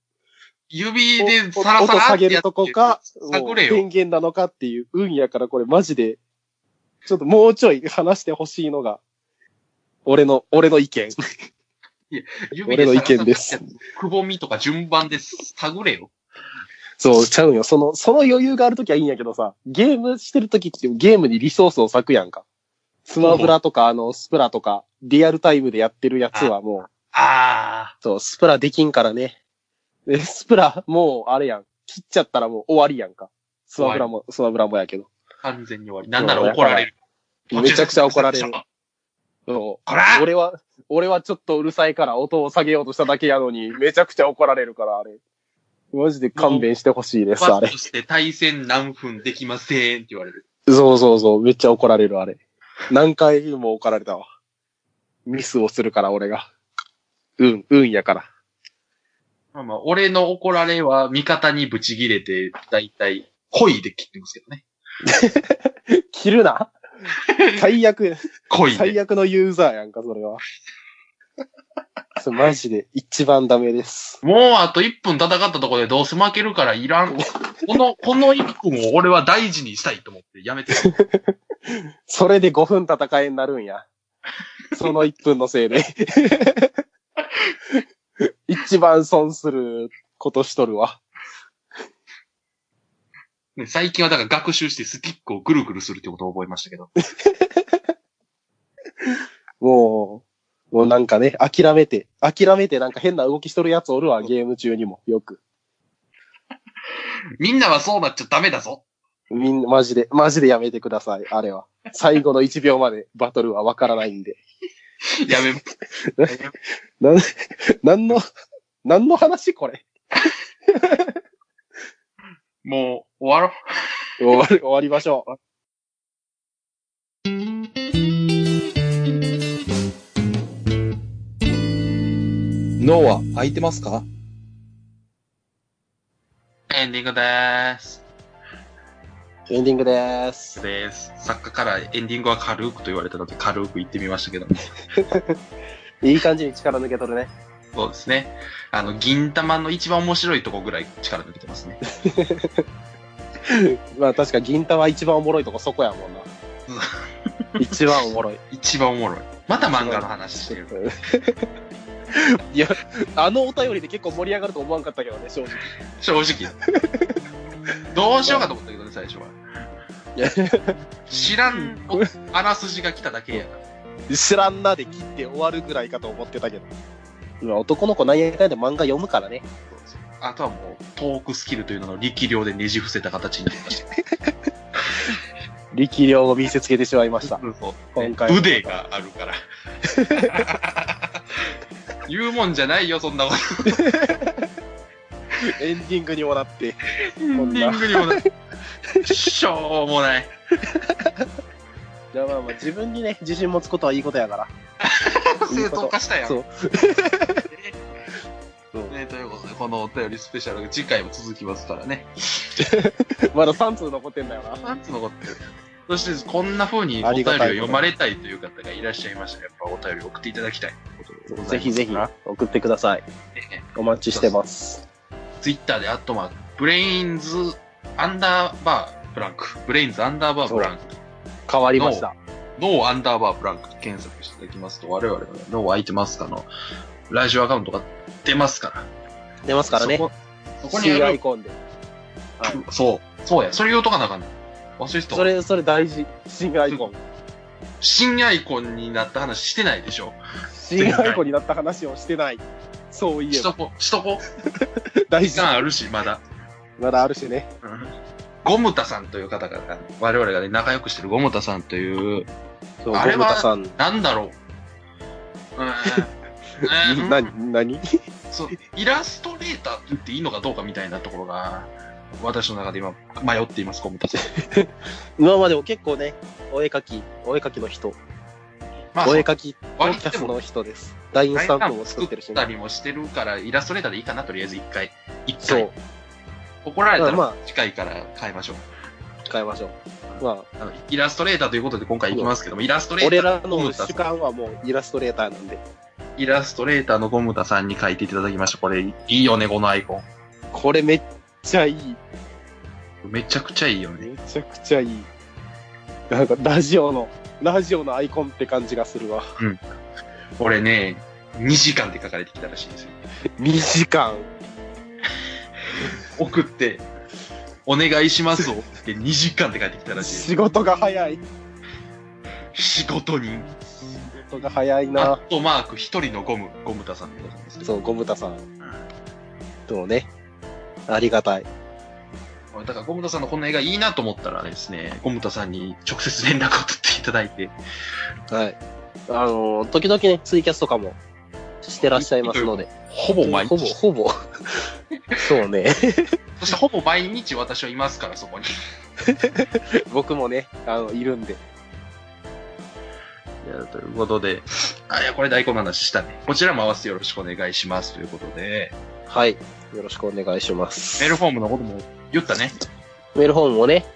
Speaker 1: 指で
Speaker 2: お
Speaker 1: サラ
Speaker 2: 音
Speaker 1: サラ
Speaker 2: 下
Speaker 1: って
Speaker 2: げ
Speaker 1: やって
Speaker 2: るとこか、も
Speaker 1: 探
Speaker 2: う
Speaker 1: れ
Speaker 2: 電
Speaker 1: よ。
Speaker 2: 源なのかっていう、運やからこれマジで、ちょっともうちょい話してほしいのが、俺の、俺の意見。
Speaker 1: 指
Speaker 2: 俺の意
Speaker 1: サラサラ
Speaker 2: 見です
Speaker 1: ってやつ。くぼみとか順番で探れよ。
Speaker 2: そう、ちゃうんよ。その、その余裕があるときはいいんやけどさ、ゲームしてるときってゲームにリソースを割くやんか。スマブラとか、あの、スプラとか、リアルタイムでやってるやつはもう、
Speaker 1: あ
Speaker 2: そう、スプラできんからね。で、スプラ、もう、あれやん。切っちゃったらもう終わりやんか。スマブラも、スマブラもやけど。
Speaker 1: ー、完全に終わり。なんなら怒られる。
Speaker 2: めちゃくちゃ怒られる。そう
Speaker 1: こら
Speaker 2: 俺は、俺はちょっとうるさいから音を下げようとしただけやのに、めちゃくちゃ怒られるから、あれ。マジで勘弁してほしいです、あ
Speaker 1: バ
Speaker 2: れ
Speaker 1: ッ。として対戦何分できませんって言われる。
Speaker 2: そうそうそう、めっちゃ怒られる、あれ。何回も怒られたわ。ミスをするから、俺が。うん、うんやから。
Speaker 1: まあまあ、俺の怒られは味方にブチギレて、だいたい恋で切ってますけどね。
Speaker 2: 切るな最悪、
Speaker 1: 恋で。
Speaker 2: 最悪のユーザーやんか、それは。それマジで一番ダメです。
Speaker 1: もうあと1分戦ったところでどうせ負けるからいらん。この、この1分を俺は大事にしたいと思ってやめてる。
Speaker 2: それで5分戦いになるんや。その1分のせいで。一番損することしとるわ。
Speaker 1: ね 最近はだから学習してスティックをぐるぐるするってことを覚えましたけど。
Speaker 2: もう、もうなんかね、諦めて、諦めてなんか変な動きしとるやつおるわ、ゲーム中にも、よく。
Speaker 1: みんなはそうなっちゃダメだぞ。
Speaker 2: みん、マジで、マジでやめてください、あれは。最後の1秒までバトルはわからないんで。
Speaker 1: やめ、
Speaker 2: なん、なんの、なんの話これ
Speaker 1: もう終わろう。
Speaker 2: 終わる、終わりましょう。脳は空いてますか
Speaker 1: エンディングでーす。
Speaker 2: エンディングでーす。
Speaker 1: です。作家からエンディングは軽くと言われたので軽く言ってみましたけど、
Speaker 2: いい感じに力抜けとるね。
Speaker 1: そうですね。あの、銀玉の一番面白いとこぐらい力抜けてますね。
Speaker 2: まあ確か銀玉一番おもろいとこそこやもんな。一番おもろい。
Speaker 1: 一番おもろい。また漫画の話してる。
Speaker 2: いや、あのお便りで結構盛り上がると思わんかったけどね、正直。
Speaker 1: 正直。どうしようかと思ったけどね、最初は。
Speaker 2: いや
Speaker 1: 知らん、おあらすじが来ただけやから。
Speaker 2: 知らんなで切って終わるぐらいかと思ってたけど。今男の子なんやかんやで漫画読むからね。
Speaker 1: あとはもう、トークスキルというのの力量でねじ伏せた形になりました。
Speaker 2: 力量を見せつけてしまいました。
Speaker 1: そう
Speaker 2: 今回も
Speaker 1: 腕があるから。 言うもんじゃないよ、そんなこと。
Speaker 2: エンディングにもなって。
Speaker 1: エンディングにもない。しょうもない。
Speaker 2: じゃあまあまあ自分にね、自信持つことはいいことやから。
Speaker 1: 正当化したやん。
Speaker 2: そう。
Speaker 1: ね、ということで、このお便りスペシャル、次回も続きますからね。
Speaker 2: まだ3通残ってんだよな。
Speaker 1: なんつうのこってる。そして、こんな風にお
Speaker 2: あ
Speaker 1: 便
Speaker 2: り
Speaker 1: りを
Speaker 2: がたい
Speaker 1: 読まれたいという方がいらっしゃいましたら、やっぱお便りを送っていただきたいということでございます。
Speaker 2: ぜひぜひ送ってください。お待ちしてます。
Speaker 1: ツイッターで、あとまあ、ブレインズ、アンダーバー、ブランク。ブレインズ、アンダーバー、ブランク。
Speaker 2: 変わりました。
Speaker 1: ノーアンダーバーブランクと検索していただきますと、我々のねノー空いてますかの、ラジオアカウントが出ますから。
Speaker 2: 出ますからね
Speaker 1: そ。こそこに
Speaker 2: C
Speaker 1: あ
Speaker 2: ア
Speaker 1: る
Speaker 2: イ、コンで。
Speaker 1: そう、そうや、それ言うとかなあかんね忘れてた
Speaker 2: そ
Speaker 1: わ。
Speaker 2: れ、それ大事。C アイ コン。
Speaker 1: 新アイコンになった話してないでしょ。
Speaker 2: C アイコンになった話をしてない。そういえ
Speaker 1: し
Speaker 2: ば
Speaker 1: と。こ、しとこ。
Speaker 2: 大
Speaker 1: 時
Speaker 2: 事。
Speaker 1: 間あるし、まだ。
Speaker 2: まだあるしね。
Speaker 1: ゴムタさんという方が、我々がね、仲良くしてるゴムタさんという、
Speaker 2: そう、
Speaker 1: あれは
Speaker 2: ゴムタさん。
Speaker 1: なんだろう。う ーんう
Speaker 2: な、
Speaker 1: ーん
Speaker 2: 何
Speaker 1: そうイラストレーターって言っていいのかどうかみたいなところが、私の中で今、迷っています、ゴムタさん。
Speaker 2: 今までも結構ね、お絵描き、お絵描きの人、
Speaker 1: まあ、
Speaker 2: お
Speaker 1: そ
Speaker 2: 絵
Speaker 1: う
Speaker 2: 描き、ポ
Speaker 1: 割
Speaker 2: キャ
Speaker 1: っ
Speaker 2: ス
Speaker 1: て
Speaker 2: ト
Speaker 1: も、
Speaker 2: の人です。ライン
Speaker 1: ライ
Speaker 2: ス
Speaker 1: ンナ
Speaker 2: タ
Speaker 1: ッ
Speaker 2: ン
Speaker 1: プ
Speaker 2: プ
Speaker 1: を
Speaker 2: も
Speaker 1: 作
Speaker 2: 作
Speaker 1: っ
Speaker 2: ってて
Speaker 1: る
Speaker 2: る
Speaker 1: し、
Speaker 2: し
Speaker 1: ね、作った
Speaker 2: ね。
Speaker 1: りもしてるから、イラストレーターでいいかな、とりあえず一回。一
Speaker 2: そ
Speaker 1: 回
Speaker 2: う。、
Speaker 1: 怒られた
Speaker 2: まあ
Speaker 1: ら、近いから変えましょう。
Speaker 2: 変えましょう。まあ、
Speaker 1: あのイラストレーターということで今回いきますけども、イラストレーター
Speaker 2: 俺ら
Speaker 1: ゴ
Speaker 2: の
Speaker 1: ムタ
Speaker 2: 主
Speaker 1: さん
Speaker 2: 観はもうイラストレーターなんで、
Speaker 1: イラストレーターのゴムタさんに書いていただきました。これ、いいよね、このアイコン。
Speaker 2: これめっちゃいい。
Speaker 1: めちゃくちゃいいよね。
Speaker 2: めちゃくちゃいい。なんかラジオの、ラジオのアイコンって感じがす るわ。
Speaker 1: これね、2時間で書かれてきたらしいんですよ。
Speaker 2: 2時間。
Speaker 1: 送って、お願いしますを送って2時間で書いてきたらしいです。
Speaker 2: 仕事が早い。
Speaker 1: 仕事人。
Speaker 2: 仕事が早い
Speaker 1: ア
Speaker 2: な。
Speaker 1: ットマーク一人のゴム、ゴムタさんでございますけど。
Speaker 2: そう、ゴムタさん。どうね。ありがたい。
Speaker 1: だからゴムタさんのこの映画いいなと思ったらですね、ゴムタさんに直接連絡を取っていただいて、
Speaker 2: はい。あの、時々ね、ツイキャスとかもしてらっしゃいますので。
Speaker 1: ほぼ毎
Speaker 2: ほぼ、
Speaker 1: 日。
Speaker 2: ほぼ。 そうね。
Speaker 1: そしてほぼ毎日私はいますから、そこに。
Speaker 2: 僕もね、あの、いるんで。
Speaker 1: いやということで、あ、いや、これ大根の話したね。こちらも合わせてよろしくお願いしますということで、
Speaker 2: はい。よろしくお願いします。
Speaker 1: メールフォームのことも言ったね。
Speaker 2: メールフォームをね、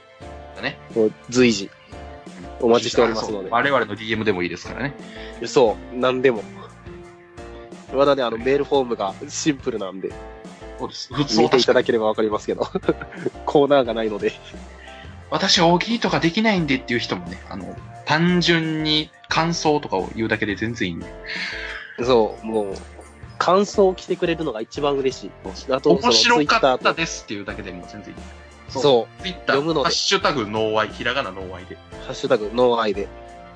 Speaker 1: だね
Speaker 2: もう随時、お待ちしておりますので。
Speaker 1: 我々の DM でもいいですからね。
Speaker 2: そう、なんでも。まだね、あの、メールフォームがシンプルなんで、
Speaker 1: そうです。普通
Speaker 2: 見てい
Speaker 1: 私
Speaker 2: た、だければわかりますけ ど、コーナーがないので。
Speaker 1: 私大喜利とかできないんでっていう人もね、あの、単純に感想とかを言うだけで全然いいんで。
Speaker 2: そう、もう、感想を来てくれるのが一番嬉しい。あと、
Speaker 1: 面
Speaker 2: その
Speaker 1: 白かった
Speaker 2: Twitter と
Speaker 1: ですっていうだけでも全然いい。
Speaker 2: そ
Speaker 1: ツイッター、
Speaker 2: 読むので
Speaker 1: ハッシュタグ、ノーアイ、ひらがなノーアイで。
Speaker 2: う、ハッシュタグ、ノーアイで、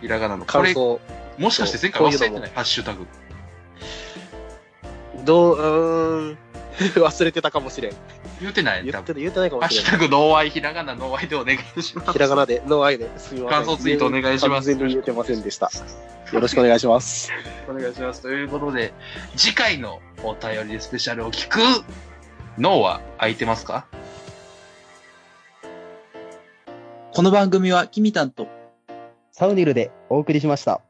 Speaker 1: ひらがなの。こ
Speaker 2: 感
Speaker 1: れ、
Speaker 2: 想、
Speaker 1: もしかして前回忘れてないハッシュタグ。
Speaker 2: どう、うーん、 忘れてたかもしれん。
Speaker 1: 言うてない
Speaker 2: 言
Speaker 1: 多
Speaker 2: っ
Speaker 1: 分。
Speaker 2: てた、言ってないか
Speaker 1: ハ
Speaker 2: も
Speaker 1: ッシ
Speaker 2: し
Speaker 1: ュ
Speaker 2: れ
Speaker 1: タグ、ノーアイ、ひらがなノーアイでお願いしま
Speaker 2: ん。
Speaker 1: す
Speaker 2: ひ。らがなで、ノーアイで、すみません。
Speaker 1: 感想ツイートお願いします
Speaker 2: 完全に言えてませんでした。よろしくお願いします。
Speaker 1: お願いします。ということで、次回のお便りでスペシャルを聞く脳は空いてますか
Speaker 3: この番組はキミタンと
Speaker 4: サウニルでお送りしました。